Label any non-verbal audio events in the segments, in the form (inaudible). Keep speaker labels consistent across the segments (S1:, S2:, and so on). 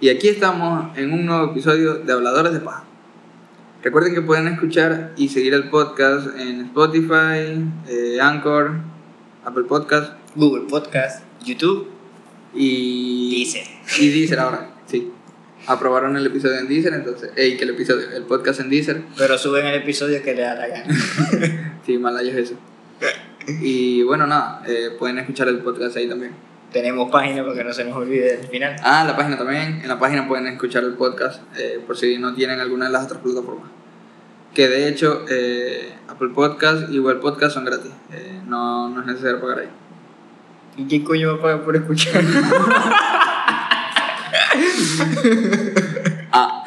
S1: Y aquí estamos en un nuevo episodio de Habladores de Paja. Recuerden que pueden escuchar y seguir el podcast en Spotify, eh, Anchor, Apple Podcast
S2: Google Podcast, YouTube,
S1: y
S2: Deezer.
S1: Y Deezer ahora, sí. Aprobaron el episodio en Deezer, entonces, ey, que el episodio, el podcast en Deezer,
S2: pero suben el episodio que le da la gana. (laughs)
S1: sí, malayo es eso. Y bueno, nada, eh, pueden escuchar el podcast ahí también.
S2: Tenemos página para que no se nos olvide el final.
S1: Ah, la página también. En la página pueden escuchar el podcast eh, por si no tienen alguna de las otras plataformas. Que de hecho, eh, Apple Podcast y Google Podcast son gratis. Eh, no, no es necesario pagar ahí.
S2: ¿Y qué coño va a pagar por escuchar? (laughs)
S1: Ah.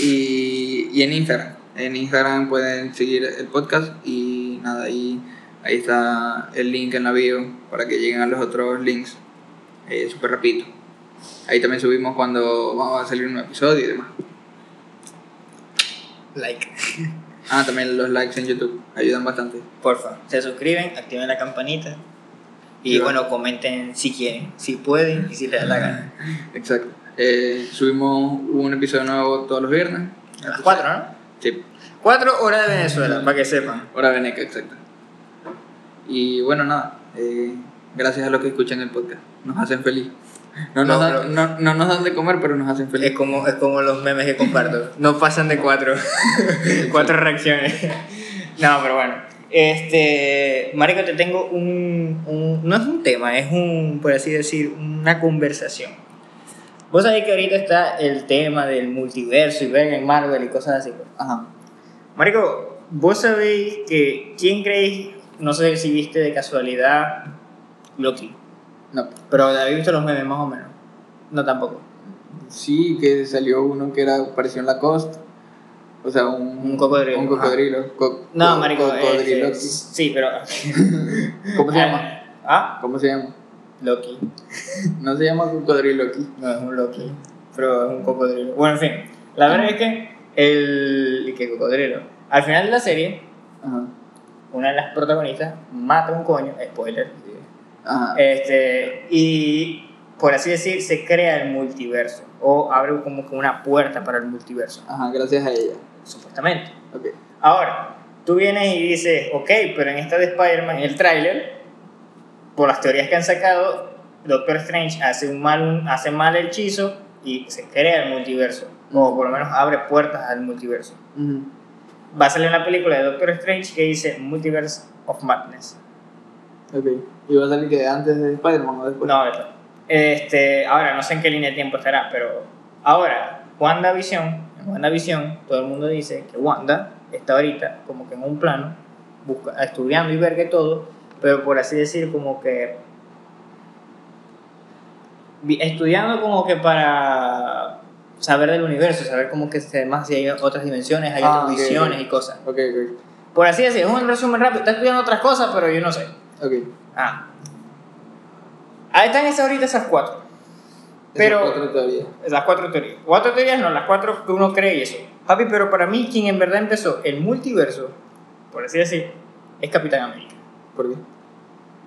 S1: y, y en Instagram. En Instagram pueden seguir el podcast y nada, ahí, ahí está el link en la bio para que lleguen a los otros links. Eh, Súper rapidito. Ahí también subimos cuando vamos a salir un episodio y demás.
S2: like,
S1: Ah, también los likes en YouTube ayudan bastante.
S2: porfa. Se suscriben, activen la campanita. Y
S1: Sí, va.
S2: bueno, comenten si quieren, si pueden y si les da la gana.
S1: Exacto. Eh, subimos un episodio nuevo todos los viernes.
S2: A las 4, ¿no?
S1: Sí,
S2: 4 horas de Venezuela, para que sepan.
S1: hora veneca, exacto. Y bueno, nada. eh, gracias a los que escuchan el podcast. Nos hacen feliz. No nos,
S2: No,
S1: dan, no, no nos dan de comer, pero nos hacen
S2: Es
S1: feliz.
S2: como, es como los memes que comparto. No pasan de cuatro. cuatro reacciones. No, pero bueno. Este, Marico, te tengo un, un- No es un tema, es un, por así decir, una conversación. Vos sabés que ahorita está el tema del multiverso y ver en Marvel y cosas así. pues.
S1: Ajá.
S2: Marico, vos sabéis que... ¿Quién creéis? No sé si viste de casualidad Loki.
S1: No.
S2: Pero habéis visto los memes más o menos. No tampoco.
S1: Sí, que salió uno que era pareció en Lacoste. O sea, un,
S2: Un cocodrilo.
S1: Un cocodrilo. Co-
S2: No,
S1: co-
S2: marico, eh,
S1: cocodrilo.
S2: eh, sí, pero...
S1: ¿Cómo
S2: (laughs)
S1: se llama?
S2: Ah,
S1: ¿Cómo se llama?
S2: Loki.
S1: No se llama cocodrilo aquí.
S2: No es un Loki, pero es un cocodrilo. Bueno, en fin, la verdad es que el... ¿y ¿Qué cocodrilo? Al final de la serie,
S1: Ajá.
S2: una de las protagonistas mata a un coño, spoiler,
S1: Ajá.
S2: este, y por así decir, se crea el multiverso, o abre como que una puerta para el multiverso,
S1: Ajá, gracias a ella.
S2: supuestamente.
S1: Ok.
S2: Ahora, tú vienes y dices, ok, pero en esta de Spider-Man, en el tráiler, por las teorías que han sacado, Doctor Strange hace, un mal, un- hace mal el hechizo y se crea el multiverso, o por lo menos abre puertas al multiverso.
S1: Ujú.
S2: Va a salir una película de Doctor Strange que dice Multiverse of Madness.
S1: Ok. ¿Y va a salir que antes de Spider-Man o después?
S2: No, a ver, este, ahora no sé en qué línea de tiempo estará, pero ahora, WandaVision, en WandaVision, todo el mundo dice que Wanda está ahorita como que en un plano, busca, estudiando y ver que todo, pero por así decir, como que vi- estudiando como que para saber del universo, saber como que se- más si hay otras dimensiones, hay
S1: Ah,
S2: otras
S1: ok,
S2: visiones
S1: ok.
S2: y cosas.
S1: Ok, ok.
S2: Por así decir, es un resumen rápido, está estudiando otras cosas, pero yo no sé.
S1: Ok.
S2: Ah. Ahí están esas ahorita esas cuatro. Pero-
S1: Esas cuatro teorías.
S2: Las cuatro teorías. Cuatro teorías no, las cuatro que uno cree y eso. Papi, pero para mí quien en verdad empezó el multiverso, por así decir, es Capitán América.
S1: ¿Por qué?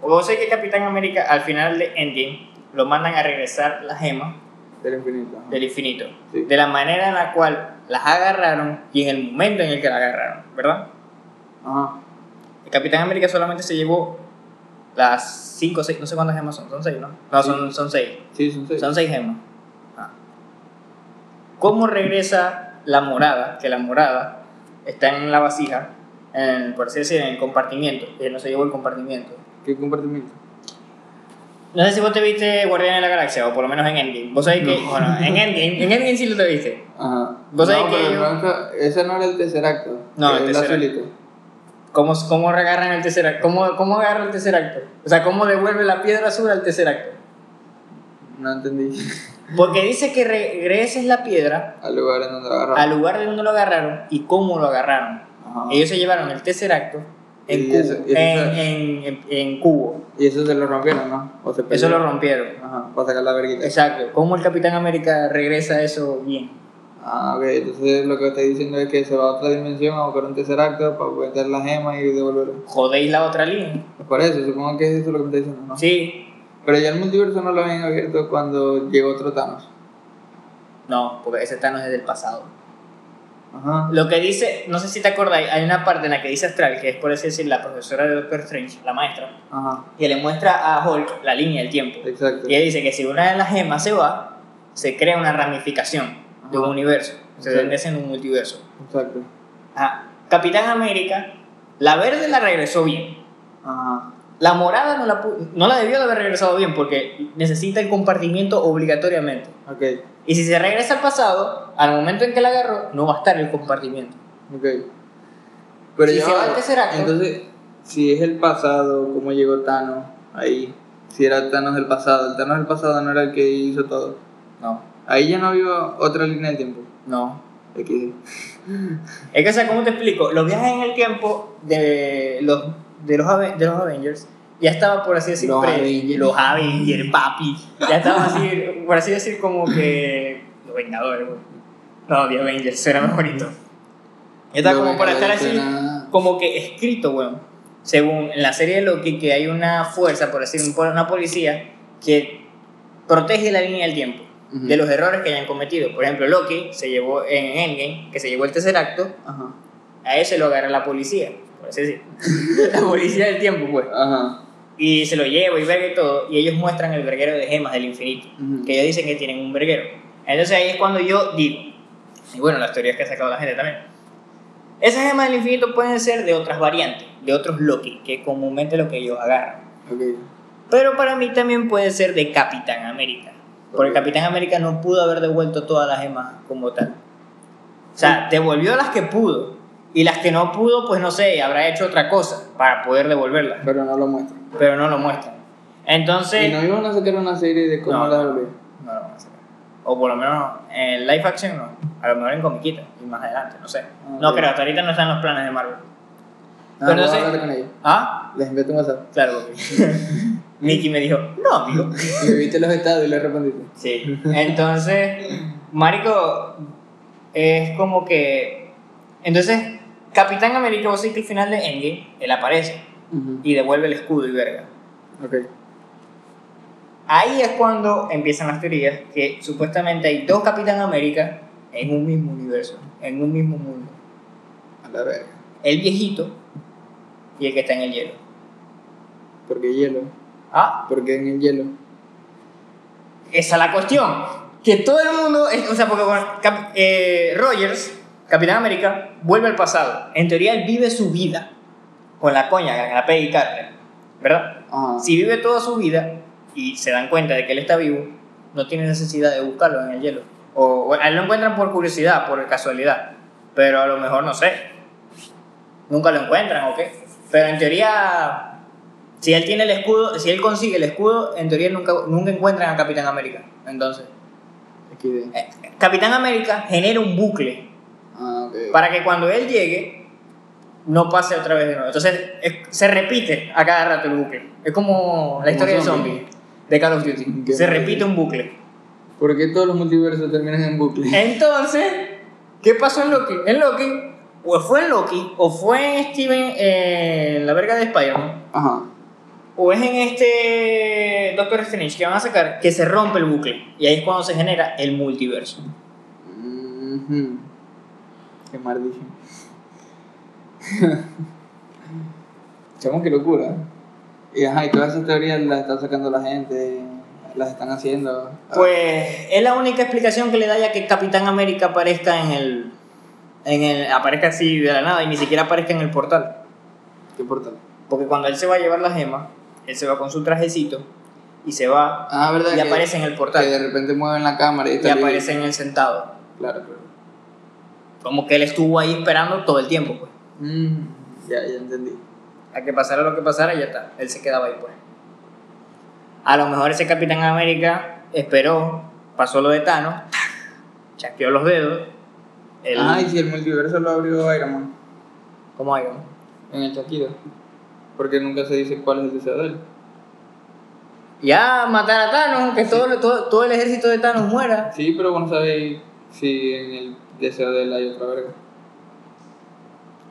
S2: O vos sé que Capitán América al final de Endgame lo mandan a regresar la gema
S1: Del infinito. ajá.
S2: del infinito.
S1: Sí.
S2: De la manera en la cual las agarraron y en el momento en el que la agarraron, ¿verdad?
S1: Ajá.
S2: El Capitán América solamente se llevó las cinco o seis, no sé cuántas gemas son, son seis, ¿no? No,
S1: Sí.
S2: son, son seis.
S1: Sí, son seis.
S2: Son seis gemas. Ah. ¿Cómo regresa la morada? Que la morada está en la vasija, en, por así decir, en el compartimiento. Que no se llevó el compartimiento.
S1: ¿Qué compartimiento?
S2: No sé si vos te viste Guardián de la Galaxia, o por lo menos en Endgame. Vos sabés que.
S1: No.
S2: Bueno, en Endgame, en Endgame sí lo te viste.
S1: Ajá.
S2: Vos
S1: no,
S2: sabés que
S1: pero
S2: yo-
S1: no, esa- ese no era el tercer acto.
S2: No, el tercer
S1: azulito.
S2: ¿Cómo, cómo agarran el tercer acto? ¿Cómo, ¿Cómo agarra el tercer acto? O sea, ¿cómo devuelve la piedra azul al tercer acto?
S1: No entendí.
S2: Porque dice que regreses la piedra
S1: (laughs) Al lugar en donde lo agarraron.
S2: al lugar de donde lo agarraron y cómo lo agarraron.
S1: Ajá.
S2: Ellos se llevaron el tercer acto en,
S1: Y
S2: cubo,
S1: eso- y eso
S2: en,
S1: se-
S2: en- en- en cubo.
S1: Y eso se lo rompieron, ¿no? O se
S2: Eso lo
S1: rompieron.
S2: rompieron.
S1: Ajá. Para sacar la verguita.
S2: Exacto. ¿Cómo el Capitán América regresa eso bien?
S1: Ah, ok. Entonces lo que está diciendo es que se va a otra dimensión a buscar un tercer acto para meter la gema y devolverlo.
S2: Jodéis la otra línea.
S1: Por eso, supongo que es eso lo que me está diciendo, ¿no?
S2: Sí.
S1: Pero ya el multiverso no lo habían abierto cuando llegó otro Thanos.
S2: No, porque ese Thanos es del pasado.
S1: Ajá.
S2: Lo que dice, no sé si te acordás, hay una parte en la que dice Astral, que es por así decir la profesora de Doctor Strange, la maestra,
S1: Ajá.
S2: y le muestra a Hulk la línea del tiempo.
S1: Exacto.
S2: Y ella dice que si una de las gemas se va, se crea una ramificación de un
S1: Ajá.
S2: universo. Se
S1: Sí.
S2: convierte en un multiverso.
S1: Exacto.
S2: Ajá. Capitán América, la verde la regresó bien.
S1: Ajá.
S2: La morada no la, pu- no la debió de haber regresado bien porque necesita el compartimiento obligatoriamente.
S1: Ok.
S2: Y si se regresa al pasado, al momento en que la agarró, no va a estar el compartimiento.
S1: Ok. Pero
S2: Si
S1: ya
S2: se va
S1: va.
S2: al Tesseract,
S1: Entonces, si es el pasado, ¿cómo llegó Thanos ahí? Si era el Thanos del pasado. El Thanos del pasado no era el que hizo todo.
S2: no,
S1: Ahí ya no había otra línea de tiempo.
S2: no.
S1: Aquí.
S2: Es que, o sea, ¿cómo te explico? Los viajes en el tiempo de los, de los, Aven- de los Avengers ya estaba, por así decir,
S1: Los
S2: pre-
S1: Avengers.
S2: los Avengers, papi. Ya estaba así, por así decir, como que. Los Vengadores, güey. No, The Avengers, era más bonito. Ya estaba como para estar así. como que escrito, weón. Según en la serie de Loki, que hay una fuerza, por decir, un pol- una policía, que protege la línea del tiempo
S1: Mm.
S2: de los errores que hayan cometido. Por ejemplo, Loki se llevó en Endgame, que se llevó el tercer acto,
S1: Ajá.
S2: a ese lo agarra la policía, por así decir. (laughs) la policía del tiempo, pues.
S1: Ajá.
S2: Y se lo lleva y verga y todo, y ellos muestran el verguero de gemas del infinito,
S1: Ujú.
S2: que ellos dicen que tienen un verguero. Entonces ahí es cuando yo digo, y bueno, las teorías que ha sacado la gente también. Esas gemas del infinito pueden ser de otras variantes, de otros Loki, que comúnmente es lo que ellos agarran.
S1: Ok.
S2: Pero para mí también puede ser de Capitán América. Porque
S1: Ok.
S2: Capitán América no pudo haber devuelto todas las gemas como tal. O sea, devolvió las que pudo. Y las que no pudo, pues no sé, habrá hecho otra cosa para poder devolverlas.
S1: Pero no lo muestran.
S2: Pero no lo muestran. Entonces...
S1: Y no iban a sacar una serie de cómo
S2: No,
S1: la
S2: no.
S1: volví.
S2: No lo van a sacar. O por lo menos en live action no. A lo mejor en comiquita y más adelante, no sé. No
S1: Ah, ok.
S2: creo, hasta ahorita no están los planes de Marvel.
S1: Nada, voy
S2: Pero
S1: a
S2: entonces-
S1: hablar con ellos.
S2: Ah,
S1: Les envié tu WhatsApp. (laughs)
S2: claro. papi. Mickey me dijo, no, amigo.
S1: Y viste los estados y le respondiste.
S2: Sí. Entonces, Marico, es como que. Entonces, Capitán América, vos sabés que al final de Endgame, él aparece y devuelve el escudo y verga.
S1: Ok.
S2: Ahí es cuando empiezan las teorías que supuestamente hay dos Capitán América en un mismo universo, en un mismo mundo.
S1: A la verga.
S2: el viejito y el que está en el hielo.
S1: ¿Por qué hielo?
S2: Ah,
S1: ¿Por qué en el hielo?
S2: esa es la cuestión. Que todo el mundo, es- o sea, porque bueno, Cap- eh, Rogers, Capitán América, vuelve al pasado. En teoría, él vive su vida con la coña, con la Peggy Carter, ¿verdad?
S1: Ajá.
S2: Si vive toda su vida y se dan cuenta de que él está vivo, no tiene necesidad de buscarlo en el hielo. O, o a él lo encuentran por curiosidad, por casualidad. Pero a lo mejor, no sé. Nunca lo encuentran, ¿o qué? Pero en teoría, si él tiene el escudo, si él consigue el escudo, en teoría nunca, nunca encuentran a Capitán América. Entonces,
S1: Aquí de.
S2: eh, Capitán América genera un bucle
S1: Ah, ok.
S2: para que cuando él llegue no pase otra vez de nuevo. Entonces es- se repite a cada rato el bucle. Es como la historia
S1: zombie.
S2: de zombie de Call of Duty.
S1: Qué
S2: se
S1: maravilla.
S2: repite un bucle.
S1: ¿Por qué todos los multiversos terminan en
S2: Eh.
S1: bucle?
S2: Entonces, ¿qué pasó en Loki? En Loki, o fue en Loki, o fue en Steven, eh, en la verga de Spider-Man,
S1: Ajá.
S2: o es en este Doctor Strange que van a sacar, que se rompe el bucle. Y ahí es cuando se genera el multiverso.
S1: Mhm. Qué maldición. (laughs) Chamo, qué locura. Y ajá, y todas esas teorías las está sacando la gente, las están haciendo.
S2: Pues es la única explicación que le da ya que Capitán América aparezca en el, en el. aparezca así de la nada y ni siquiera aparezca en el portal.
S1: ¿Qué importa?
S2: Porque cuando él se va a llevar la gema, él se va con su trajecito y se va
S1: Ah, verdad.
S2: y
S1: que-
S2: aparece en el
S1: Que
S2: portal
S1: de repente mueven la cámara y
S2: y
S1: está libre.
S2: aparece en el sentado.
S1: Claro, claro.
S2: Como que él estuvo ahí esperando todo el tiempo, pues.
S1: Mm, ya, ya entendí.
S2: A que pasara lo que pasara, ya está. Él se quedaba ahí, pues. A lo mejor ese Capitán América esperó, pasó lo de Thanos, (laughs) chasqueó los dedos. El,
S1: Ah, y si el multiverso lo abrió Iron Man
S2: ¿Cómo hay, no?
S1: en el Shakira. Porque nunca se dice cuál es el deseo de él.
S2: Ya, matar a Thanos, que todo, todo, todo el ejército de Thanos muera.
S1: Sí, pero bueno, sabéis si en el deseo de él hay otra verga.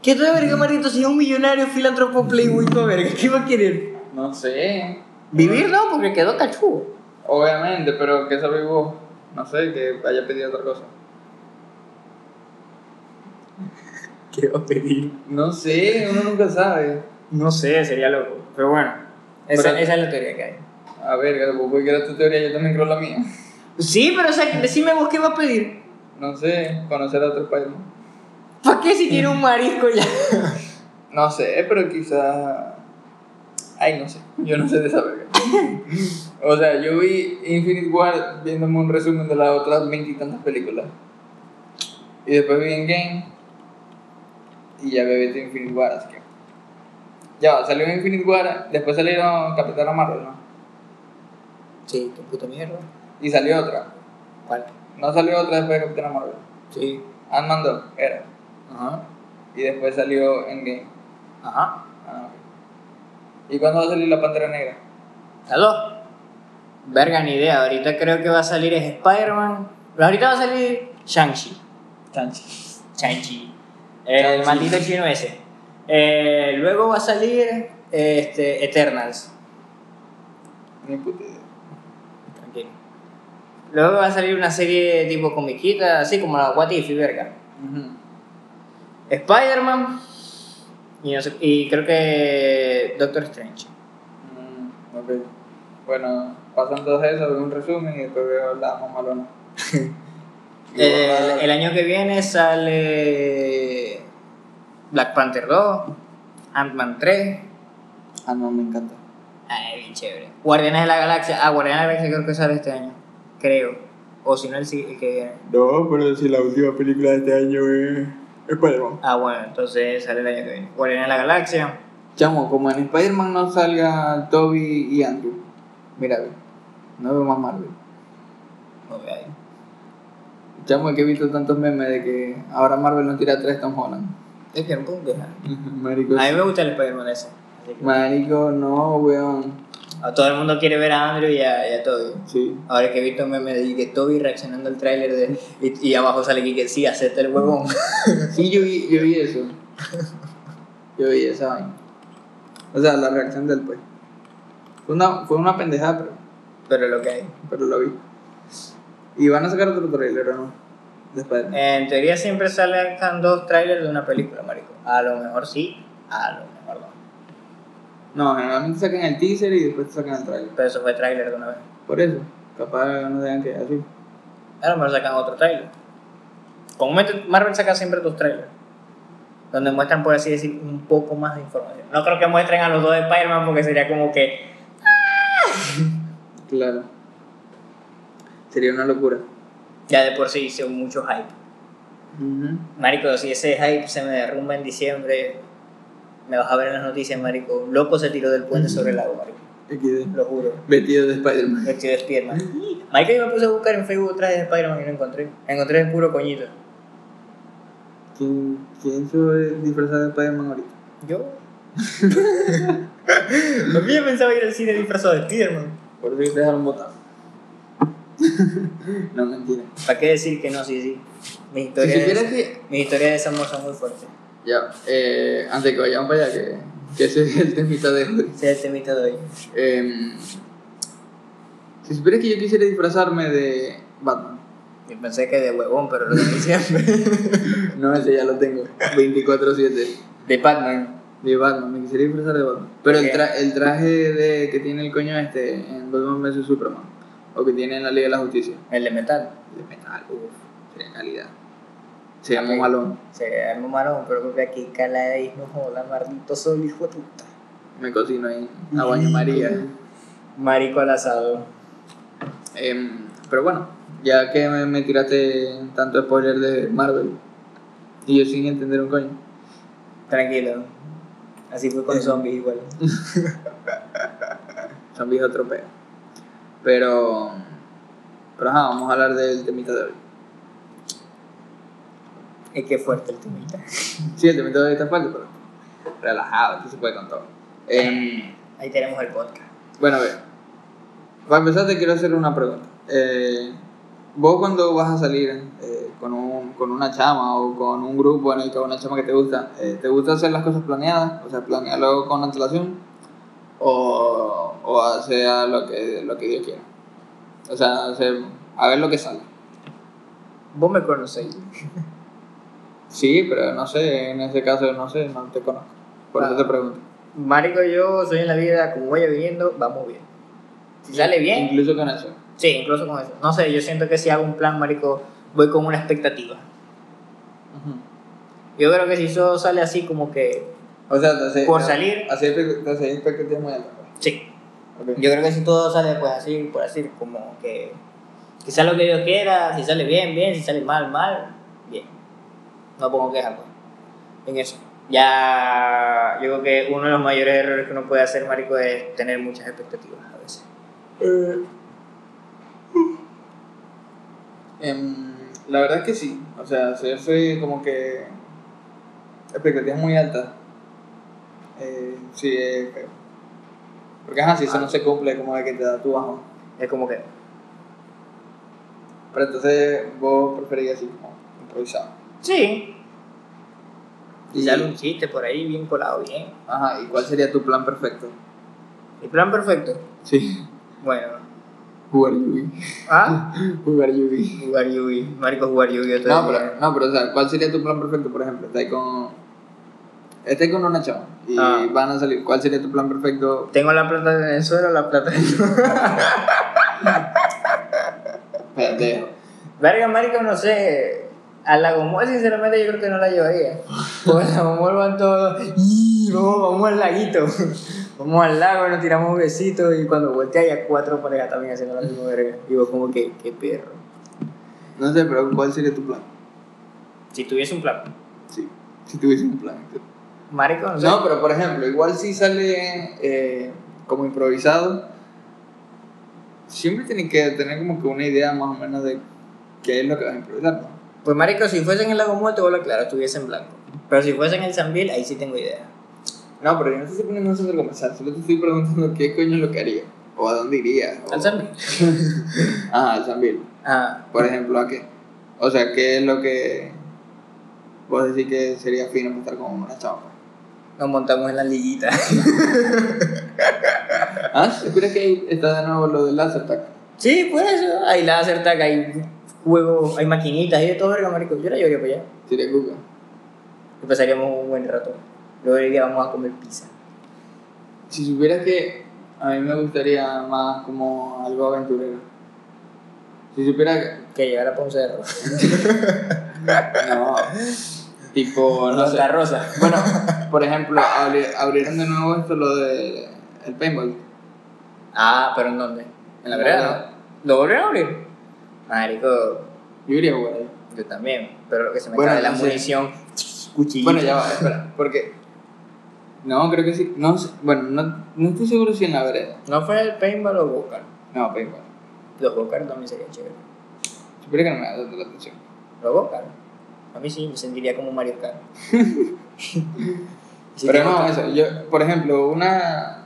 S2: ¿Qué te verga, Marito? Si es un millonario filántropo playboy, verga, ¿qué va a querer?
S1: No sé.
S2: Vivir no, porque quedó cachudo.
S1: Obviamente, pero que sabéis vos? No sé, que haya pedido otra cosa.
S2: ¿Qué va a pedir?
S1: No sé, uno nunca sabe.
S2: No sé, sería loco. Pero bueno, esa,
S1: Pero-
S2: esa es la teoría que hay.
S1: A ver, vos puedes crear tu teoría, yo también creo la mía.
S2: Sí, pero o sea, decime vos qué va a pedir.
S1: No sé, conocer a otros países.
S2: ¿Para qué si tiene un marisco ya?
S1: No sé, pero quizás. Ay, no sé. Yo no sé de esa verga. o sea, yo vi Infinite War viéndome un resumen de las otras veintitantas películas. Y después vi Endgame. Y ya bebé de Infinite War, así que. Ya va, salió Infinite War, después salieron Capitana Marvel, ¿no?
S2: Sí, qué puta mierda.
S1: Y salió otra.
S2: ¿Cuál?
S1: No salió otra después de Capitana Marvel.
S2: Sí.
S1: Ant-Man 2, era.
S2: Ajá.
S1: Y después salió Endgame.
S2: Ajá.
S1: Ah, ok. ¿Y cuándo va a salir la Pantera Negra?
S2: Las dos. Verga, ni idea. Ahorita creo que va a salir es Spider-Man. Pero Ahorita va a salir Shang-Chi.
S1: Chanchi.
S2: Shang-Chi. El
S1: Shang-Chi.
S2: maldito chino ese. Eh, luego va a salir eh, este, Eternals.
S1: Ni puta idea.
S2: Tranquilo. Luego va a salir una serie tipo comiquita, así como la What If y verga. Spider-Man. Y, no sé- y creo que Doctor Strange.
S1: Mm, ok. Bueno, pasan todas esas, veo un resumen y después veo la mamalona. Y
S2: (laughs) El,
S1: bueno,
S2: el año que viene sale Black Panther 2, Ant-Man 3.
S1: Ah, no, me encanta.
S2: Ay, bien chévere. Guardianes de la Galaxia. Ah, Guardianes de la Galaxia creo que sale este año. Creo. O si no, el, si- el que viene.
S1: No, pero si la última película de este año es Spider-Man.
S2: Ah, bueno, entonces sale el año que viene. Guardianes de la Galaxia.
S1: Chamo, como en Spider-Man no salga Toby y Andrew. Mira, ve, no veo más Marvel.
S2: No veo ahí.
S1: Chamo, es que he visto tantos memes de que ahora Marvel no tira tres Tom Holland.
S2: Es que no puedo quejar.
S1: Marico,
S2: A mí me gusta el Spider-Man ese. Así que-
S1: Marico, no, weón.
S2: A todo el mundo quiere ver a Andrew y a, y a Toby.
S1: Sí.
S2: Ahora que he visto memes de que Toby reaccionando al tráiler de y, y abajo sale que sí, acepta el huevón. (laughs)
S1: Sí, yo vi, yo vi eso. Yo vi esa vaina. O sea, la reacción del pues. Fue una, fue una pendejada, pero,
S2: Pero lo que hay.
S1: pero lo vi. Y van a sacar otro trailer, ¿o no? Después.
S2: En teoría siempre salen dos trailers de una película, marico. A lo mejor sí, a lo mejor no.
S1: No, generalmente sacan el teaser y después sacan el trailer.
S2: Pero eso fue trailer de una vez.
S1: Por eso, capaz no dejan que así.
S2: A lo mejor sacan otro trailer. Comúnmente Marvel saca siempre dos trailers. Donde muestran, por así decir, un poco más de información. No creo que muestren a los dos de Spider-Man porque sería como que...
S1: Claro. Sería una locura.
S2: Ya de por sí hizo mucho hype. Marico, si ese hype se me derrumba en diciembre, me vas a ver en las noticias, Marico. Un Loco se tiró del puente sobre el lago, Marico.
S1: XD.
S2: Lo juro.
S1: Vestido de Spider-Man.
S2: Vestido de Spiderman. Marico, yo me puse a buscar en Facebook trajes de Spider-Man y no encontré. Encontré el puro coñito.
S1: ¿Quién, quién se va a disfrazar de Spider-Man ahorita?
S2: Yo. (laughs) Lo mío pensaba ir al cine disfrazado de Spiderman.
S1: Por eso que te dejaron botado. (laughs) no, mentira.
S2: ¿Para qué decir que no? Sí, sí. Mis
S1: Si
S2: historias,
S1: supieras
S2: de,
S1: que.
S2: mis historias de desamor son muy fuertes.
S1: Ya, eh, antes que vayamos para allá, que, que ese es el temita de hoy.
S2: Ese es el temita de hoy.
S1: Em, si supieras que yo quisiera disfrazarme de Batman.
S2: Yo pensé que de huevón, pero lo
S1: (laughs)
S2: de siempre.
S1: No, ese ya lo tengo. 24-7.
S2: De Batman.
S1: De Batman, me quisiera disfrazar de Batman. Pero el,
S2: Ok.
S1: tra- el traje de, que tiene el coño este en Batman vs Superman. O que tiene en la Liga de la Justicia.
S2: El de metal.
S1: De metal, uff, sería calidad. Se llama
S2: Ok.
S1: Malón.
S2: Se armó marón, pero porque aquí cala de no joda, maldito sol, hijo de puta.
S1: Me cocino ahí a baño María.
S2: Marico al asado.
S1: Em, pero bueno, ya que me, me tiraste tanto spoiler de Marvel y yo sin entender un coño.
S2: Tranquilo. Así fue con zombies igual.
S1: Son viejos tropeos. Pero. Pero ajá, vamos a hablar del temita de hoy.
S2: Es que fuerte el temita.
S1: Sí, el temita de hoy está fuerte, pero. Relajado, esto se puede con todo. Em,
S2: Ahí tenemos el podcast.
S1: bueno, a ver. Para empezar, te quiero hacer una pregunta. Eh, Vos, cuando vas a salir eh, con, un, con una chama o con un grupo en el que una chama que te gusta, eh, ¿te gusta hacer las cosas planeadas? O sea, planearlo con antelación. o, o hacia lo que, lo que Dios quiera. O sea, hacer- a ver lo que sale.
S2: Vos me conocéis.
S1: Sí, pero no sé, en ese caso no sé, no te conozco. Por eso
S2: Ah.
S1: te pregunto.
S2: Marico, yo soy en la vida, como vaya viniendo, vamos bien. Si sale bien,
S1: Incluso con eso.
S2: sí, incluso con eso. No sé, yo siento que si hago un plan, Marico, voy con una expectativa. Yo creo que si eso sale así como que...
S1: O sea, te hace-
S2: Por
S1: te-
S2: salir.
S1: Así expect- te hace expectativas muy altas.
S2: Sí.
S1: Ok.
S2: Yo creo que si todo sale pues así, por así, como que... Que sea lo que Dios quiera, si sale bien, bien, si sale mal, mal, bien. No pongo quejas pues, en eso. Ya, yo creo que uno de los mayores errores que uno puede hacer, Marico, es tener muchas expectativas a veces.
S1: Em, la verdad es que sí. O sea, hacerse como que expectativas muy altas. Eh, sí, es feo. Porque ajá, si eso no se cumple, como de que te da tu bajón.
S2: Es como que...
S1: Pero entonces vos preferirías así como improvisado.
S2: Sí.
S1: Y-
S2: Y sale un chiste por ahí, bien colado, bien.
S1: Ajá, ¿y cuál sería tu plan perfecto?
S2: El plan perfecto.
S1: Sí,
S2: Bueno.
S1: jugar Yugi.
S2: Ah,
S1: Jugar Yugi.
S2: jugar Yugi. Marico, jugar Yugi. todo
S1: No
S2: el día.
S1: pero, no, pero, o sea, ¿cuál sería tu plan perfecto, por ejemplo? Estás con. Estás con una chava y
S2: Ah.
S1: van a salir. ¿Cuál sería tu plan perfecto?
S2: Tengo la plata de Venezuela, la plata de...
S1: Pendejo.
S2: Verga, marico, no sé. A la Gomol, sinceramente, yo creo que no la llevaría. Porque la Gomol van todos... "Y, Vamos, vamos al laguito. Vamos al lago, nos tiramos un besito y cuando voltea hay a cuatro parejas también haciendo la misma verga. Y vos como que, qué perro.
S1: No sé, pero ¿cuál sería tu plan?
S2: Si tuviese un plan.
S1: Sí, (laughs) si tuviese un plan.
S2: Marico, no sé.
S1: No, pero por ejemplo, igual si sale eh, como improvisado, siempre tienes que tener como que una idea más o menos de qué es lo que vas a improvisar, ¿no?
S2: Pues marico, si fuese en el Lago Muerto, vuelvo a aclarar, estuviese en blanco. Pero si fuese en el Sambil, ahí sí tengo idea.
S1: No, pero yo no te estoy poniendo un centro comercial, solo te estoy preguntando qué coño es lo que haría, o a dónde iría. O...
S2: ¿Al Sambil?
S1: Ajá, al San Bill.
S2: Ah,
S1: Por ejemplo, ¿a qué? O sea, ¿qué es lo que vos decís que sería fino para estar con una chava? pues?
S2: nos montamos en la liguita.
S1: Ah, ¿supieras que ahí está de nuevo lo del laser tag?
S2: sí, por eso. Ahí la acerta que hay juegos, hay maquinitas, hay de todo verga, marico. Yo la llevaría para allá.
S1: Sería Google.
S2: Y pasaríamos un buen rato. Luego diría, vamos a comer pizza.
S1: Si supieras que a mí me gustaría más como algo aventurero. Si supieras que...
S2: Que llegar a Ponce de Rosa.
S1: No. (laughs) tipo, no sé.
S2: Santa Rosa.
S1: Bueno, por ejemplo, abri- abrieron de nuevo esto lo de el paintball.
S2: Ah, pero ¿en dónde? En la vereda, ¿no? ¿Lo volvieron a abrir? Marico,
S1: Yo iría a jugar ahí.
S2: yo también. Pero lo que se me
S1: Bueno,
S2: cae de la
S1: no sé.
S2: munición, cuchillito.
S1: Bueno, ya va, espera, porque... No, creo que sí. No, sé- bueno, no, no estoy seguro si en la vereda.
S2: ¿No fue el paintball o Bocar?
S1: No, pues, paintball.
S2: Los Bocar también sería chévere.
S1: Supieras que no me da tanta la atención.
S2: Los Bocar. A mí sí, me sentiría como Mario
S1: (laughs)
S2: Kart. (laughs) Sí,
S1: Pero
S2: tengo
S1: no,
S2: otra-
S1: eso. Yo, por ejemplo, una...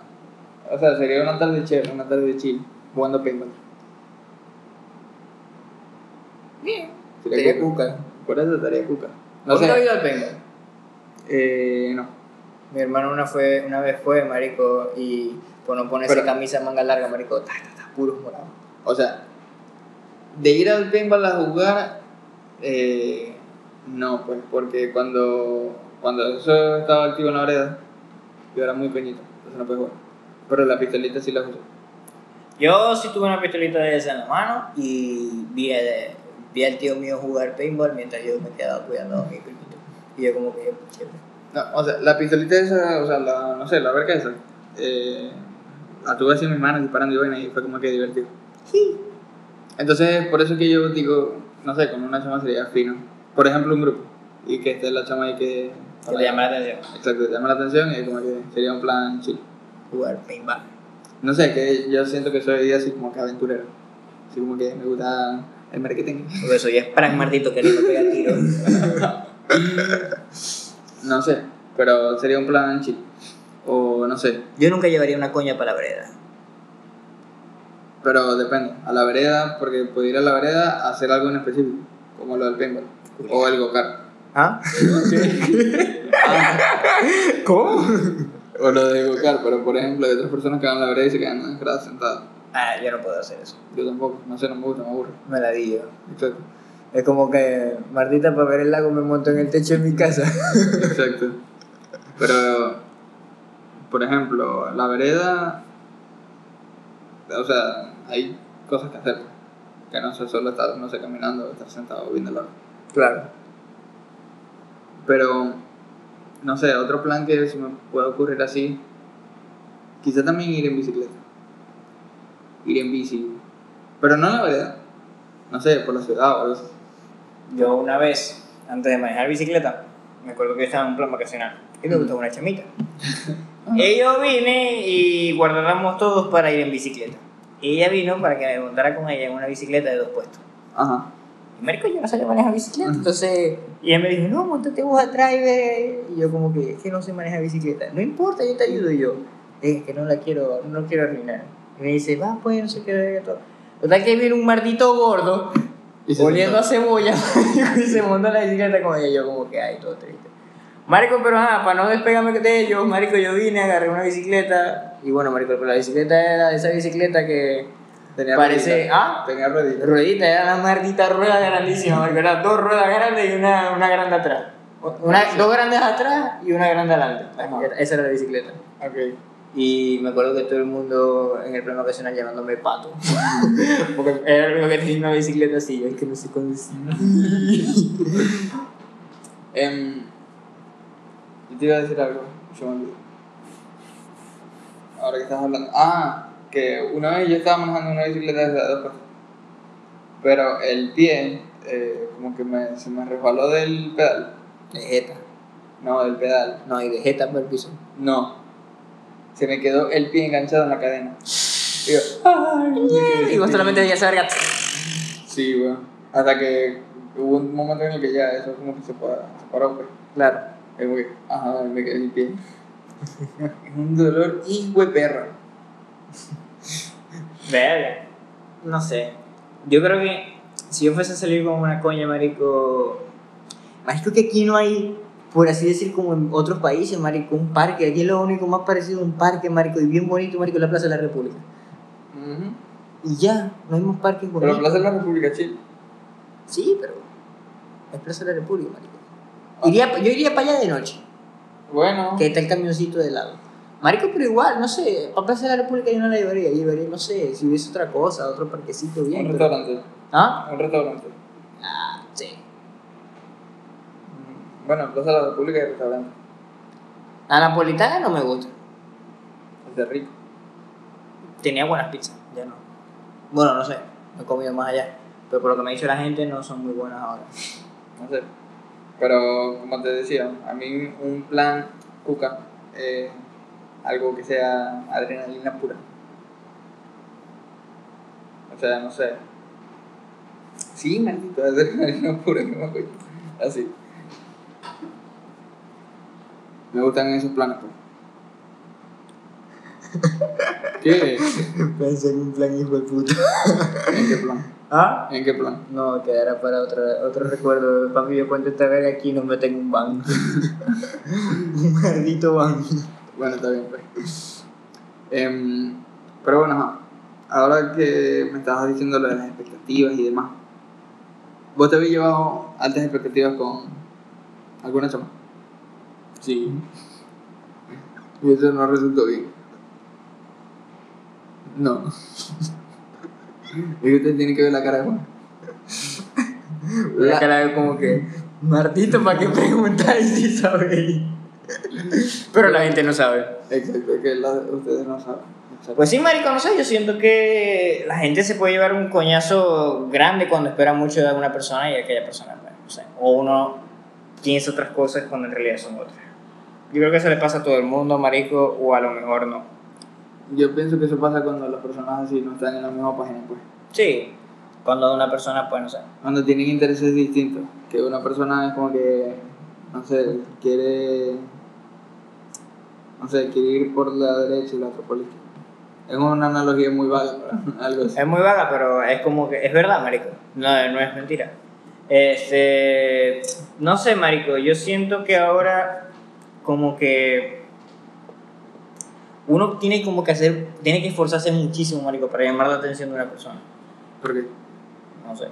S1: O sea, sería una tarde chévere, una tarde chill, jugando paintball.
S2: Bien.
S1: Sería
S2: Sería
S1: cool.
S2: Cuca.
S1: Por eso estaría cuca. No
S2: No
S1: sé.
S2: sé. ido al paintball?
S1: Eh, no.
S2: Mi hermano una, fue, una vez fue, marico, y por no ponerse
S1: Pero-
S2: camisa manga larga, marico, ta, ta, ta, puros morados.
S1: O sea, de ir al paintball a jugar, eh, no, pues, porque cuando, cuando eso estaba activo en la vereda, yo era muy peñito, entonces no pude jugar. Pero la pistolita sí la usé.
S2: Yo sí tuve una pistolita de esa en la mano y vi, al- vi al tío mío jugar paintball mientras yo me quedaba cuidando a mi primito. Y yo como que, chévere.
S1: No, o sea, la pistolita esa, o sea, la, no sé, la verga esa, eh, la tuve así en mis manos disparando y vaina y fue como que divertido.
S2: Sí.
S1: Entonces, por eso es que yo digo, no sé, con una chama sería fino. Por ejemplo, un grupo, y que esté la chama ahí que...
S2: Que le llama la atención.
S1: Exacto, te llama la atención y como que sería un plan chill.
S2: Jugar paintball.
S1: No sé, que yo siento que soy así como que aventurero. Así como que me gusta el marketing.
S2: Porque soy es pragmatito que no pega tiro.
S1: No sé, pero sería un plan chill. O no sé,
S2: Yo nunca llevaría una coña para la vereda.
S1: pero depende. A la vereda, porque puedo ir a la vereda a hacer algo en específico, como lo del paintball. O
S2: (laughs)
S1: el go-kart.
S2: ¿Ah? ¿Cómo?
S1: O lo de buscar, pero por ejemplo, hay otras personas que van a la vereda y se quedan en la grada sentadas.
S2: Ah, yo no puedo hacer eso.
S1: Yo tampoco, no sé, no me gusta, me aburro.
S2: Me la di yo.
S1: Exacto,
S2: Es como que, Martita, para ver el lago me monto en el techo de mi casa.
S1: exacto. Pero, por ejemplo, la vereda, o sea, hay cosas que hacer. Que no sé, solo estar, no sé, caminando, o estar sentado viendo la
S2: Claro.
S1: Pero, no sé, otro plan que se me puede ocurrir así, quizá también ir en bicicleta. Ir en bici. Pero no en la verdad. No sé, por la ciudad o algo así.
S2: Yo una vez, antes de manejar bicicleta, me acuerdo que yo estaba en un plan vacacional. Y me gustaba una (laughs) chamita. Ella vine y guardáramos todos para ir en bicicleta. Y ella vino para que me montara con ella en una bicicleta de dos puestos.
S1: Ajá.
S2: Y marico, yo no sabía manejar bicicleta,
S1: Ajá.
S2: entonces... Y ella me dijo, no, montate vos atrás y ve". Y yo como que, es que no sé manejar bicicleta. No importa, yo te ayudo. Y yo, es que no la quiero, no quiero arruinar. Y me dice, va, pues, no sé qué, todo. Total que viene un martito gordo,
S1: Y se
S2: oliendo a
S1: sentó.
S2: cebolla, (laughs) y se montó en la bicicleta con ella. Yo como que, ay, todo triste. Marico, pero ah, para no despegarme de ellos, marico, yo vine, agarré una bicicleta. Y bueno, marico, pero la bicicleta era esa bicicleta que...
S1: Tenía
S2: Parece-
S1: ruedita.
S2: ¿ah?
S1: Tenía ruedita.
S2: Ruedita, era una maldita rueda grandísima, marico, eran dos ruedas grandes y una, una grande atrás. Una, dos grandes atrás y una grande adelante.
S1: Ajá.
S2: Era- Esa era la bicicleta.
S1: Ok.
S2: Y me acuerdo que todo el mundo en el plano ocasional llamándome pato. (laughs) Porque era el único que tenía una bicicleta así, yo es que no sé conducir.
S1: Em, yo te iba a decir algo, se me olvidó. Ahora que estás hablando. Ah, que una vez yo estaba manejando una bicicleta desde dos cosas. Pero el pie, eh, como que me, se me resbaló del pedal.
S2: De jeta.
S1: No, del pedal.
S2: No, y de jeta por el piso.
S1: No. Se me quedó el pie enganchado en la cadena. Y yo,
S2: Y vos solamente veías esa verga.
S1: sí, weón. Hasta que hubo un momento en el que ya eso como que se paró, se paró pues.
S2: Claro.
S1: Es como que, ajá, dale, me quedé en el pie. (laughs) es un dolor hijo de perra.
S2: Verga. No sé. Yo creo que si yo fuese a salir con una coña, marico. Marico, que aquí no hay, por así decir, como en otros países, marico, un parque. Aquí es lo único más parecido a un parque, marico, y bien bonito, marico, la Plaza de la República. Y ya, no hay más parques
S1: Pero la
S2: bonitos.
S1: Plaza de la República, sí.
S2: Sí, pero. Es Plaza de la República, marico.
S1: Ah.
S2: Iría, yo iría para allá de noche,
S1: Bueno,
S2: que está el camioncito de lado. Marico, pero igual, no sé, para Plaza de la República yo no la llevaría, llevaría, no sé, si hubiese otra cosa, otro parquecito bien.
S1: un
S2: pero-
S1: restaurante.
S2: ¿Ah?
S1: Un restaurante.
S2: Ah, sí.
S1: Mm, Bueno, Plaza de la República y restaurante.
S2: La napolitana no me gusta.
S1: Es de rico.
S2: Tenía buenas pizzas, ya no. Bueno, no sé, no he comido más allá. Pero por lo que me ha dicho la gente, no son muy buenas ahora.
S1: No sé. Pero, como te decía, a mí un plan cuca, eh, algo que sea adrenalina pura. O sea, no sé. Sí, maldito, (laughs) adrenalina pura, no me acuerdo. Así. Me gustan esos planes, pues. ¿Qué?
S2: (laughs) Pensé en un plan hijo de puta.
S1: ¿En qué plan?
S2: ¿Ah?
S1: ¿En qué plan?
S2: No, quedará para otra, otro recuerdo. Papi, yo cuento esta verga aquí y nos meten un ban. (laughs) un maldito ban.
S1: Bueno, está bien, pues. Em, pero bueno, ajá. ahora que me estabas diciendo lo de las expectativas y demás, ¿vos te habías llevado altas expectativas con alguna chama? Sí. Y eso no resultó bien. (laughs) No. Es que ustedes tienen que ver la cara de (laughs) Juan.
S2: La cara de como que, Martito, ¿para qué preguntáis si sabéis? Pero la gente no sabe.
S1: Exacto, que la- ustedes no saben. Exacto.
S2: Pues sí, marico, no sé, yo siento que la gente se puede llevar un coñazo grande cuando espera mucho de alguna persona y aquella persona, pues, no sé, o uno piensa otras cosas cuando en realidad son otras. Yo creo que eso le pasa a todo el mundo, marico, o a lo mejor no.
S1: Yo pienso que eso pasa cuando las personas así no están en la misma página, pues.
S2: Sí, cuando una persona, pues, no sé,
S1: Cuando tienen intereses distintos. Que una persona es como que, no sé, quiere. No sé, quiere ir por la derecha y la otra por la izquierda. Es una analogía muy vaga, pero (laughs) algo así.
S2: Es muy vaga, pero es como que es verdad, marico. No, no es mentira. Este, no sé, marico, yo siento que ahora como que uno tiene como que hacer, tiene que esforzarse muchísimo, marico, para llamar la atención de una persona.
S1: ¿Por qué?
S2: No sé.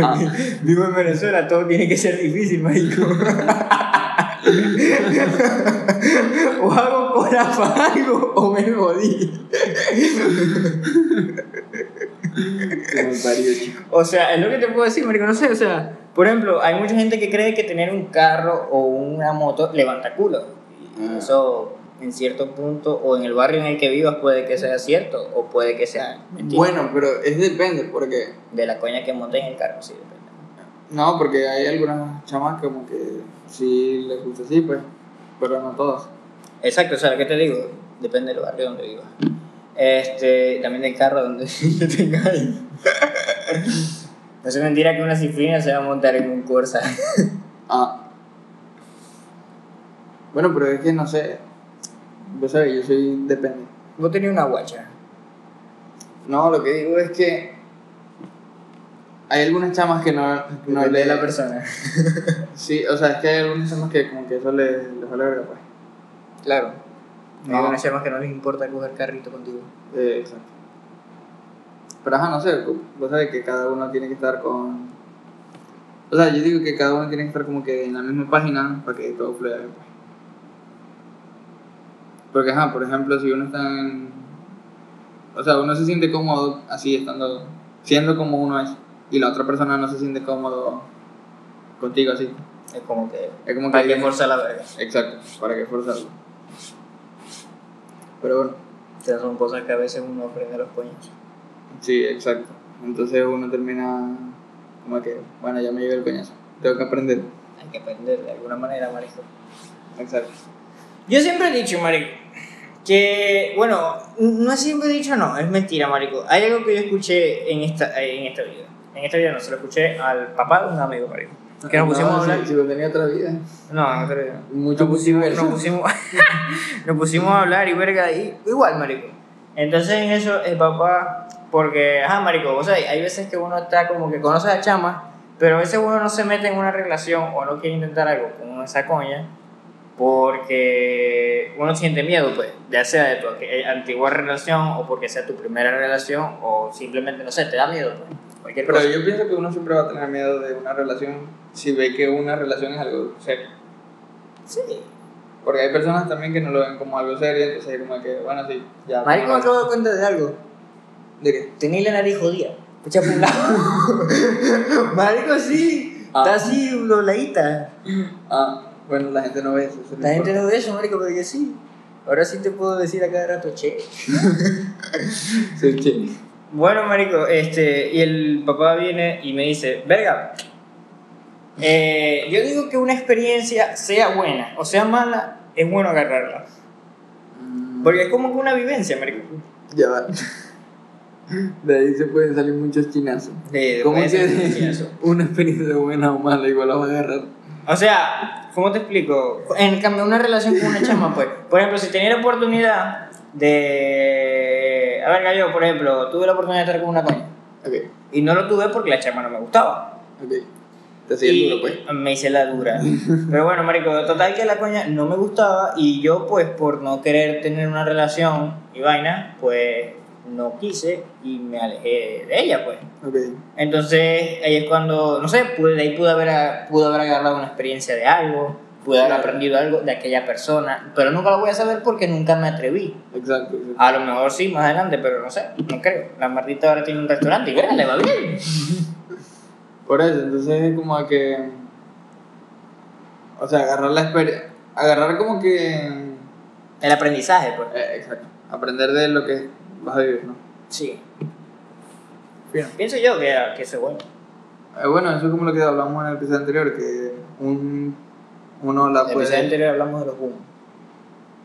S1: Ah,
S2: Vivo en Venezuela, todo tiene que ser difícil, marico. (laughs) o hago con algo o me jodí.
S1: qué mal parido, chico.
S2: O sea, es lo que te puedo decir, marico, no sé, o sea, por ejemplo, hay mucha gente que cree que tener un carro o una moto levanta culo. Y
S1: Ah.
S2: Eso en cierto punto o en el barrio en el que vivas puede que sea cierto o puede que sea mentira.
S1: Bueno, pero es depende, porque.
S2: De la coña que montes en el carro, sí, depende.
S1: No, porque hay algunas chamas como que sí les gusta así, pues. Pero no todas.
S2: Exacto, o sea, ¿qué te digo? Depende del barrio donde vivas. Este, también del carro donde (laughs) te tengas. (laughs) No es mentira que una cifrina se va a montar en un Corsa. (laughs)
S1: Ah. Bueno, pero es que no sé. Vos sabés, yo soy depende.
S2: Vos tenías una guacha.
S1: No, lo que digo es que. Hay algunas chamas que no, no
S2: depende de
S1: le.
S2: la persona.
S1: Sí, o sea, es que hay algunas chamas que como que eso les, les vale verga, pues.
S2: Claro. No.
S1: No.
S2: Hay unas llamas que no les importa coger carrito contigo.
S1: Eh, exacto. Pero ajá, no sé, vos sabés que cada uno tiene que estar con. O sea, yo digo que cada uno tiene que estar como que en la misma página para que todo fluya bien. pues. Porque ajá, por ejemplo, si uno está en. O sea, uno se siente cómodo así estando. siendo como uno es. Y la otra persona no se siente cómodo contigo así.
S2: Es como que.
S1: Es como que.
S2: Hay que
S1: viene-
S2: forzar la verga.
S1: Exacto, para que forzarlo. Pero bueno.
S2: Esas son cosas que a veces uno aprende a los coños.
S1: Sí, exacto. Entonces uno termina como que, bueno, ya me llevé el coñazo. Tengo que aprender.
S2: Hay que aprender de alguna manera, marico.
S1: Exacto.
S2: Yo siempre he dicho, marico, que, bueno, no siempre he dicho no, es mentira, marico. Hay algo que yo escuché en esta, en esta vida. En esta vida no, se lo escuché al papá de un amigo, marico. Que nos pusimos a
S1: No,
S2: hablar.
S1: Si, si yo tenía otra vida.
S2: No, en otra vida.
S1: Mucho
S2: nos pusimos,
S1: multiverso.
S2: nos (laughs) pusimos, nos pusimos a hablar y verga, y, igual, marico. Entonces en eso el papá, porque, ajá, marico, o sea, hay veces que uno está como que conoce a chama, pero a veces uno no se mete en una relación o no quiere intentar algo con esa coña, porque uno siente miedo, pues, ya sea de tu aqu- eh, antigua relación o porque sea tu primera relación o simplemente, no sé, te da miedo, pues,
S1: (laughs)
S2: cualquier
S1: Pero
S2: cosa.
S1: yo pienso que uno siempre va a tener miedo de una relación si ve que una relación es algo serio.
S2: Sí.
S1: Porque hay personas también que no lo ven como algo serio, entonces es como que, bueno, sí, ya.
S2: Marico,
S1: bueno,
S2: me acabo de dar cuenta de algo.
S1: ¿De qué?
S2: Tenía la nariz jodida. Pucha por un lado. (laughs) Marico, sí.
S1: Ah.
S2: Está así dobladita.
S1: Ah, bueno, la gente no ve eso. eso no
S2: La gente
S1: importa.
S2: no ve eso, marico, pero yo sí. Ahora sí te puedo decir a cada rato, che.
S1: (laughs) Sí, sí.
S2: Bueno, marico, este... Y el papá viene y me dice, verga... eh, yo digo que una experiencia, sea buena o sea mala, es bueno agarrarla. Porque es como que una vivencia, marico.
S1: Ya va. (laughs) De ahí se pueden salir muchos chinazos. ¿Cómo
S2: puede ser
S1: (laughs)
S2: un
S1: que
S2: coñazo.
S1: una experiencia buena o mala igual la vas a agarrar?
S2: O sea, ¿cómo te explico? En cambio, una relación con una chama, pues. Por ejemplo, si tenía la oportunidad de. A ver, Gallo, por ejemplo, tuve la oportunidad de estar con una coña.
S1: Ok,
S2: Y no lo tuve porque la chama no me gustaba.
S1: ok. Te hacía
S2: Y
S1: el duro, pues.
S2: Me hice la dura. Pero bueno, Marico, total que la coña no me gustaba. Y yo, pues, por no querer tener una relación y vaina, pues no quise y me alejé de ella, pues.
S1: Ok.
S2: Entonces ahí es cuando, no sé, pude, de ahí pude haber, pude haber agarrado una experiencia de algo, pude haber
S1: Claro.
S2: aprendido algo de aquella persona, pero nunca lo voy a saber porque nunca me atreví.
S1: Exacto, exacto.
S2: A lo mejor sí, más adelante, pero no sé, no creo. La Martita ahora tiene un restaurante y verga, le va bien.
S1: Por eso, entonces es como que. O sea, agarrar la experiencia. Agarrar como que. eh,
S2: El aprendizaje, pues.
S1: exacto. Aprender de lo que vas a vivir, ¿no?
S2: Sí.
S1: Bien.
S2: Pienso yo que, que eso es bueno.
S1: Eh, bueno, eso es como lo que hablamos en el episodio anterior, que un. Uno la
S2: El episodio
S1: puede.
S2: anterior hablamos de los boom.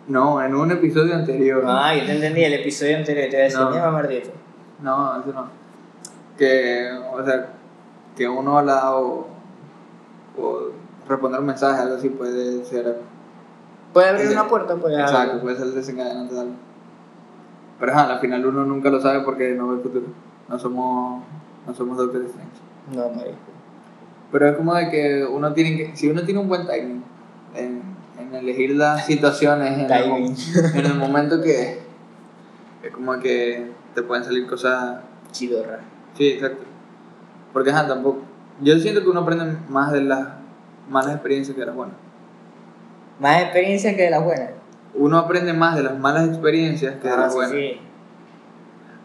S1: No, en un episodio anterior.
S2: Ah, yo te entendí, el episodio anterior te voy a decir,
S1: No.
S2: "Mierda, Martita.
S1: No, eso no. Que, o sea, que uno habla o, o responder un mensaje, algo así puede ser.
S2: Puede abrir
S1: Sí.
S2: una puerta, pues.
S1: Exacto, puede ser el desencadenante de algo. Pero ajá, al final uno nunca lo sabe porque no ve el futuro. No somos, no somos Doctor Strange.
S2: No, marico.
S1: Pero es como de que uno tiene que, si uno tiene un buen timing en, en el elegir las situaciones en, el, mo-
S2: Timing.
S1: en el momento que es como que te pueden salir cosas.
S2: Chidorra.
S1: Sí, exacto. Porque ajá, tampoco. Yo siento que uno aprende más de las malas experiencias que de las buenas.
S2: Más experiencia que de las buenas.
S1: Uno aprende más de las malas experiencias que de
S2: Ah,
S1: las
S2: sí,
S1: buenas.
S2: sí.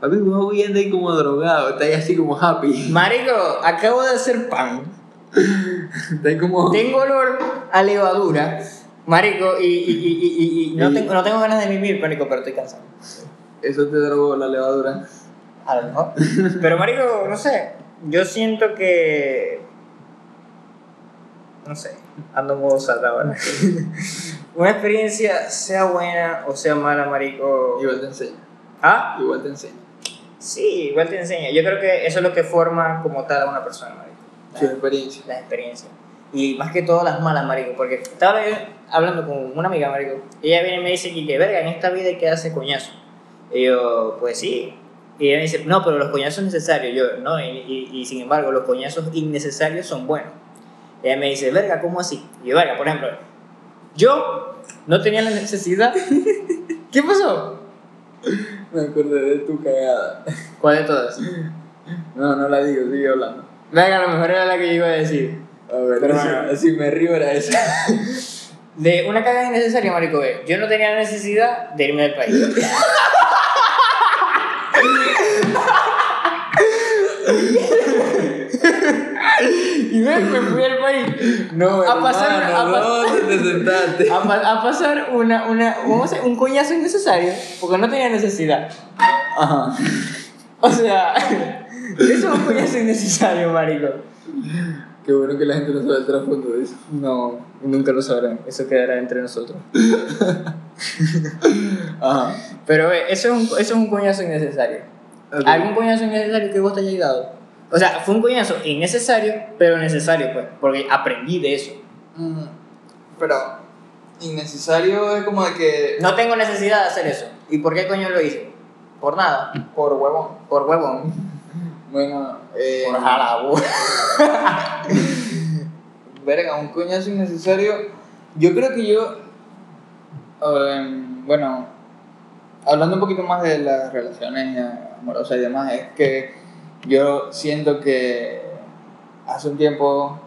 S1: Papi, vos hoy andas ahí como drogado, estás ahí así como happy. (laughs)
S2: Marico, acabo de hacer pan.
S1: Estás ahí como.
S2: Tengo olor a levadura. Marico, y, y, y, y- y- y no,
S1: Y-
S2: tengo, no tengo ganas de vivir, marico, pero estoy cansado.
S1: Eso te drogó la levadura.
S2: A lo mejor. Pero marico, no sé. Yo siento que. No sé. Ando modo sata ahora. (laughs) Una experiencia, sea buena o sea mala, marico.
S1: Igual te enseña.
S2: ¿Ah?
S1: Igual te enseña.
S2: Sí, igual te enseña. Yo creo que eso es lo que forma como tal a una persona, marico.
S1: Su experiencia.
S2: las experiencias. Y más que todo las malas, marico. Porque estaba yo hablando con una amiga, marico. Y ella viene y me dice, que verga, en esta vida hay que darse coñazo. Y yo, pues sí. Y ella me dice, no, pero los coñazos necesarios. Yo, no, y, y- y sin embargo, los coñazos innecesarios son buenos. Y ella me dice, verga, ¿cómo así? Y yo, verga, por ejemplo, yo no tenía la necesidad. (laughs) ¿Qué pasó?
S1: Me acordé de tu cagada.
S2: ¿Cuál de todas?
S1: No, no la digo, sigue hablando.
S2: Verga, a lo mejor era la que yo iba a decir.
S1: A ver,
S2: Pero
S1: así,
S2: bueno.
S1: así me río era eso.
S2: De una cagada innecesaria, marico, ve, yo no tenía la necesidad de irme del país. y ve, me fui al
S1: (laughs)
S2: país
S1: No,
S2: A pasar una- a
S1: hermano, ¿dónde te sentaste? (laughs)
S2: a, pa- a pasar una, una, vamos a- un coñazo innecesario porque no tenía necesidad.
S1: Ajá.
S2: O sea, (laughs) eso es un coñazo innecesario, marico.
S1: Qué bueno que la gente no sabe el trasfondo de eso.
S2: No, nunca lo sabrán, eso quedará entre nosotros.
S1: Ajá.
S2: Pero ve, eso es un, eso es un coñazo innecesario.
S1: Ok.
S2: ¿Algún coñazo innecesario que vos te hayas dado? O sea, fue un coñazo innecesario, pero necesario, pues, porque aprendí de eso.
S1: Mm, Pero, innecesario es como de que.
S2: No tengo necesidad de hacer eso. ¿Y por qué coño lo hice? Por nada.
S1: Por huevón.
S2: Por huevón.
S1: (laughs) Bueno, eh.
S2: Por jarabo.
S1: Verga, un coñazo innecesario. Yo creo que yo. em, bueno, hablando un poquito más de las relaciones eh, amorosas y demás, es que yo siento que hace un tiempo.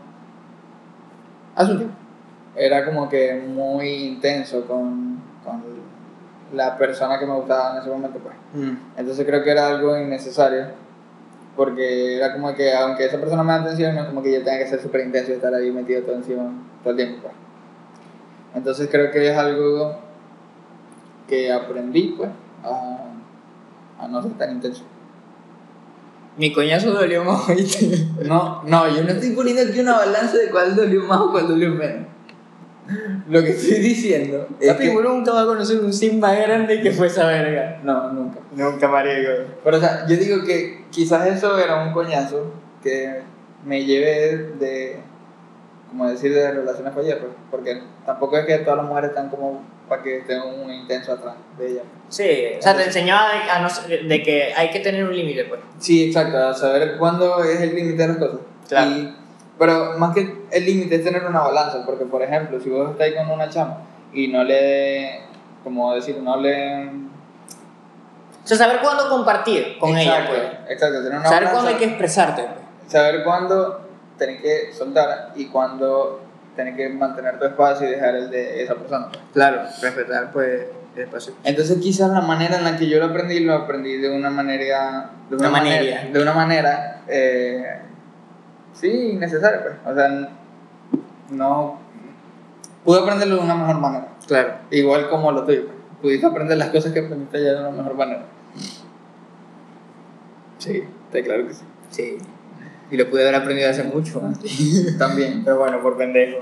S1: Hace un tiempo. Era como que muy intenso con, con la persona que me gustaba en ese momento, pues. Entonces creo que era algo innecesario. Porque era como que, aunque esa persona me da atención, no es como que yo tenga que ser súper intenso y estar ahí metido todo encima todo el tiempo. pues. Entonces creo que es algo que aprendí, pues, a, a no ser tan intenso.
S2: (laughs) Mi coñazo dolió más ¿oíste?
S1: No, no, yo no estoy poniendo aquí una balanza de cuál dolió más o cuál dolió menos. Lo que estoy diciendo es
S2: Papi,
S1: que...
S2: uno nunca va a conocer un sim más grande que fue esa verga.
S1: No, nunca.
S2: Nunca, marico.
S1: Pero, o sea, yo digo que quizás eso era un coñazo que me llevé de, como decir, de relaciones fallidas, pues, porque tampoco es que todas las mujeres están como para que estén un intenso atrás de ellas.
S2: Sí, o sea, te enseñaba de, a no ser- de que hay que tener un límite, pues.
S1: Sí, exacto, a saber cuándo es el límite de las cosas.
S2: Claro.
S1: Y- pero más que el límite es tener una balanza, porque por ejemplo, si vos estáis con una chama y no le, como decir, no le...
S2: O sea, saber cuándo compartir con
S1: exacto,
S2: ella,
S1: Exacto, tener una
S2: pues. Saber cuándo
S1: balanza.
S2: hay que expresarte, pues.
S1: saber cuándo tenés que soltar y cuándo tenés que mantener tu espacio y dejar el de esa persona.
S2: Claro, respetar pues el espacio.
S1: Entonces quizás la manera en la que yo lo aprendí, lo aprendí de una manera... De una,
S2: Una
S1: manera,
S2: manera.
S1: De una manera... eh, sí, innecesaria, pues. O sea, n- no... Pude aprenderlo de una mejor manera.
S2: Claro.
S1: Igual como lo tuyo. pues. Pudiste aprender las cosas que aprendiste ya de una mejor manera. Sí, está claro que sí.
S2: Sí. Y lo pude haber aprendido hace mucho antes.
S1: (laughs) También.
S2: Pero bueno, por pendejo.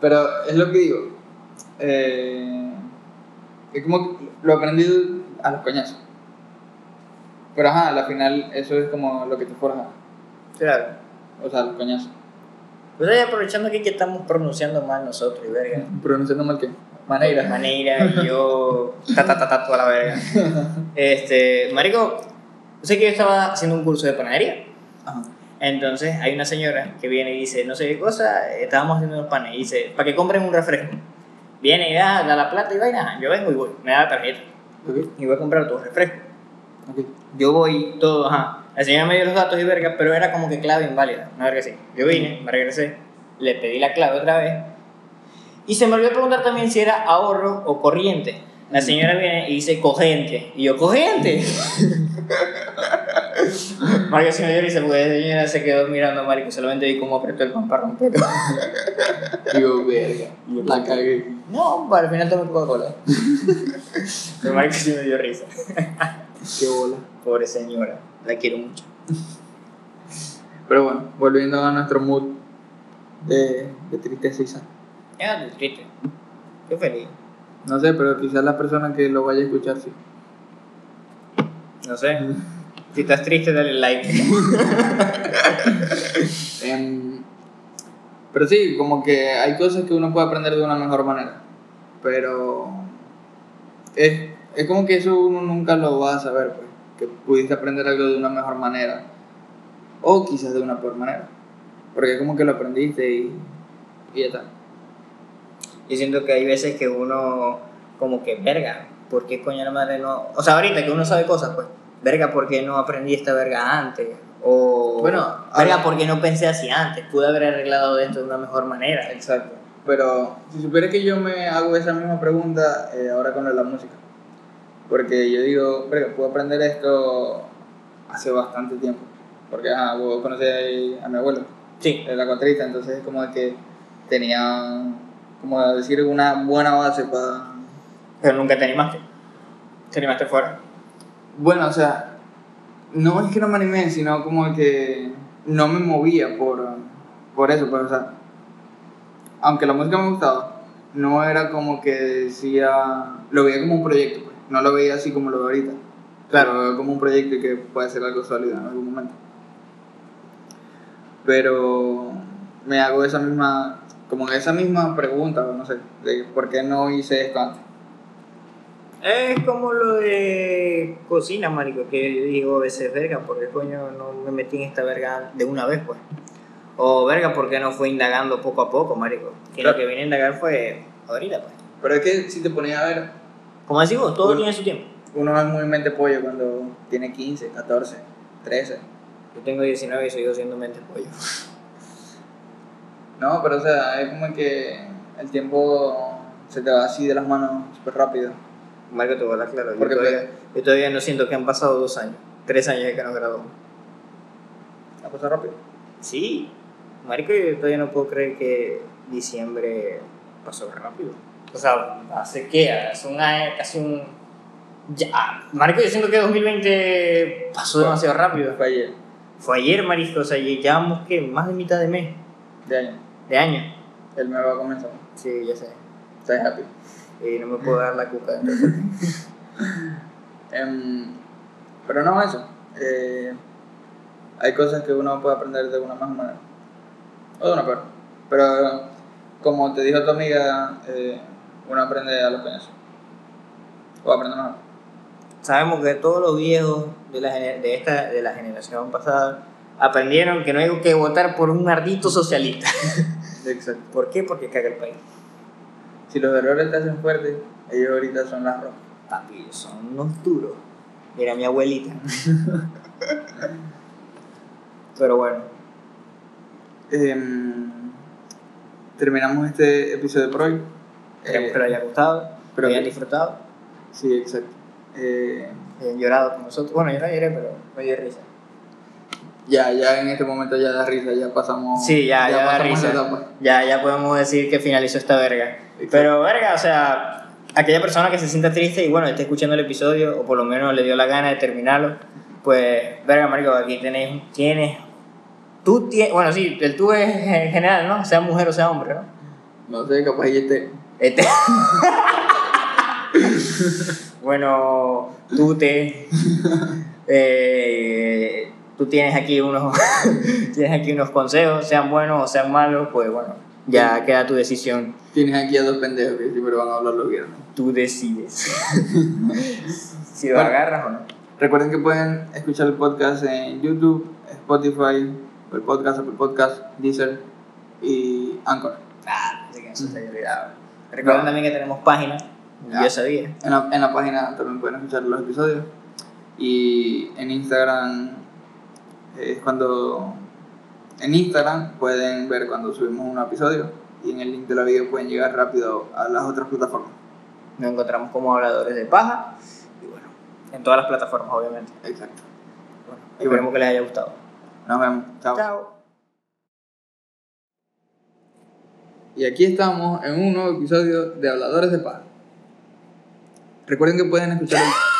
S1: Pero es lo que digo. Eh, es como que lo aprendí a los coñazos. Pero ajá, al final eso es como lo que te forja.
S2: Claro.
S1: O sea, los coñazos.
S2: Pues ahí aprovechando aquí que estamos pronunciando mal nosotros y verga.
S1: Pronunciando mal que. Maneira.
S2: Maneira y yo. Ta ta ta ta toda la verga. Este, Marico, sé que yo estaba haciendo un curso de panadería.
S1: Ajá.
S2: Entonces hay una señora que viene y dice, no sé qué cosa, eh, estábamos haciendo unos panes, y dice, para que compren un refresco. viene y da, da la plata y vaina, yo vengo y voy, me da la tarjeta
S1: Ok,
S2: y voy a comprar otro refresco.
S1: ok.
S2: Yo voy, todo, ajá. La señora me dio los datos y verga, pero era como que clave inválida, una verga así. Yo vine, me regresé, le pedí la clave otra vez y se me olvidó preguntar también si era ahorro o corriente. La señora viene y dice cogente. Y yo, cogente. Mario se me dio risa porque la señora se quedó mirando a Mario. Solamente vi cómo apretó el pan para romperlo.
S1: Digo, verga, la cagué.
S2: (laughs) No, para al final tomé Coca-Cola. Pero Mario sí me dio risa.
S1: Qué bola.
S2: Pobre señora, la quiero mucho.
S1: Pero bueno, volviendo a nuestro mood de, de tristeza.
S2: Ya, estoy triste. Estoy feliz.
S1: No sé, pero quizás la persona que lo vaya a escuchar sí.
S2: No sé. Si estás triste, dale like.
S1: Em, pero sí, como que hay cosas que uno puede aprender de una mejor manera. Pero es, es como que eso uno nunca lo va a saber, pues. Que pudiste aprender algo de una mejor manera. O quizás de una peor manera. Porque es como que lo aprendiste y, y ya está.
S2: Yo siento que hay veces que uno, como que, verga, ¿por qué coño la madre no.? O sea, ahorita que uno sabe cosas, pues, verga, ¿por qué no aprendí esta verga antes? O,
S1: Bueno,
S2: verga,
S1: ahora-
S2: ¿por qué no pensé así antes? Pude haber arreglado esto de una mejor manera.
S1: Exacto. Pero si supieras que yo me hago esa misma pregunta eh, ahora con lo de la música. Porque yo digo, verga, pude aprender esto hace bastante tiempo. Porque ajá, vos conocés ahí a mi abuelo,
S2: Sí,
S1: el acuatrista, entonces es como de que tenía, como decir, una buena base para...
S2: pero nunca te animaste. Te animaste fuera.
S1: Bueno, o sea, no es que no me animé, sino como que no me movía por, por eso, pues, o sea, aunque la música me gustaba, no era como que decía, lo veía como un proyecto, pues, no lo veía así como lo veo ahorita. Claro, lo veo como un proyecto y que puede ser algo sólido en algún momento. Pero me hago esa misma, como esa misma pregunta, o no sé, de por qué no hice esto antes.
S2: Es como lo de cocina, marico, que yo digo a veces, verga, ¿por qué coño no me metí en esta verga de una vez, pues? O, verga, ¿por qué no fui indagando poco a poco, marico? Que
S1: Claro.
S2: lo que vine a indagar fue ahorita, pues.
S1: Pero es que si te ponías a ver,
S2: Como decís vos, todo
S1: Bueno.
S2: tiene su tiempo.
S1: Uno es muy mente pollo cuando tiene 15, 14, 13.
S2: Yo tengo 19 y sigo siendo mente pollo.
S1: No, pero o sea, es como que el tiempo se te va así de las manos súper rápido.
S2: Marico, te voy a hablar claro. Yo
S1: Porque-
S2: todavía, yo todavía no siento que han pasado dos años. Tres años de que nos graduamos.
S1: La cosa rápido.
S2: Sí. Marico, yo todavía no puedo creer que diciembre pasó rápido. O sea, ¿hace qué? Hace un año, casi un... Ya. Marico, yo siento que 2020 pasó demasiado rápido.
S1: Fue ayer,
S2: Fue ayer, marico, o sea, ya llevamos, ¿qué? Más de mitad de mes,
S1: de año.
S2: de año.
S1: El mes va a comenzar.
S2: Sí, ya sé.
S1: Estás happy.
S2: Y no me puedo dar la cuca. (laughs)
S1: Em, pero no eso. Eh, hay cosas que uno puede aprender de una más manera. O de una peor. Pero como te dijo tu amiga, eh, uno aprende a los peñas. O aprende mejor.
S2: Sabemos que todos los viejos de la, gener- de esta, de la generación pasada aprendieron que no hay que votar por un ardito socialista.
S1: Exacto.
S2: ¿Por qué? Porque caga el país.
S1: Si los errores te hacen fuerte, ellos ahorita son las rocas.
S2: Papi, son unos duros. Mira,
S1: (laughs)
S2: mi abuelita. Pero bueno,
S1: Em, terminamos este episodio por hoy.
S2: esperemos
S1: Eh,
S2: que les haya gustado, que
S1: pero
S2: lo hayan
S1: que-
S2: disfrutado,
S1: sí, exacto. Eh,
S2: que hayan llorado con nosotros. Bueno, yo no lloré, pero me dio risa.
S1: ya, ya en este momento ya da risa, ya pasamos.
S2: Sí, ya, ya, da
S1: pasamos la
S2: risa.
S1: etapa.
S2: Ya, ya podemos decir que finalizó esta verga.
S1: Exacto.
S2: Pero verga, o sea, aquella persona que se sienta triste y bueno, esté escuchando el episodio, o por lo menos le dio la gana de terminarlo, pues verga, marico, aquí tenés, tienes, tú tienes, bueno, sí, el tú es en general, ¿no? Sea mujer o sea hombre, ¿no?
S1: No sé, capaz y este.
S2: Este. (laughs) bueno, tú te. eh, tú tienes aquí unos. (laughs) tienes aquí unos consejos, sean buenos o sean malos, pues bueno, ya queda tu decisión.
S1: Tienes aquí a dos pendejos que siempre van a hablar los viernes.
S2: Tú decides.
S1: (laughs)
S2: si lo
S1: Bueno.
S2: agarras o no.
S1: Recuerden que pueden escuchar el podcast en YouTube, Spotify, el podcast, Apple Podcast, Deezer y Anchor.
S2: Ah, pensé que eso se había olvidado. Recuerden
S1: No.
S2: también que tenemos página.
S1: Ya.
S2: Yo sabía.
S1: En la, en la página también pueden escuchar los episodios. Y en Instagram eh, es cuando. En Instagram pueden ver cuando subimos un episodio. Y en el link de la video pueden llegar rápido a las otras plataformas.
S2: Nos encontramos como habladores de paja. Y bueno, en todas las plataformas, obviamente.
S1: Exacto.
S2: Bueno,
S1: Y
S2: esperemos
S1: bueno.
S2: que les haya gustado.
S1: Nos vemos. Chao.
S2: Chao.
S1: Y aquí estamos en un nuevo episodio de Habladores de Paz. Recuerden que pueden escuchar. el-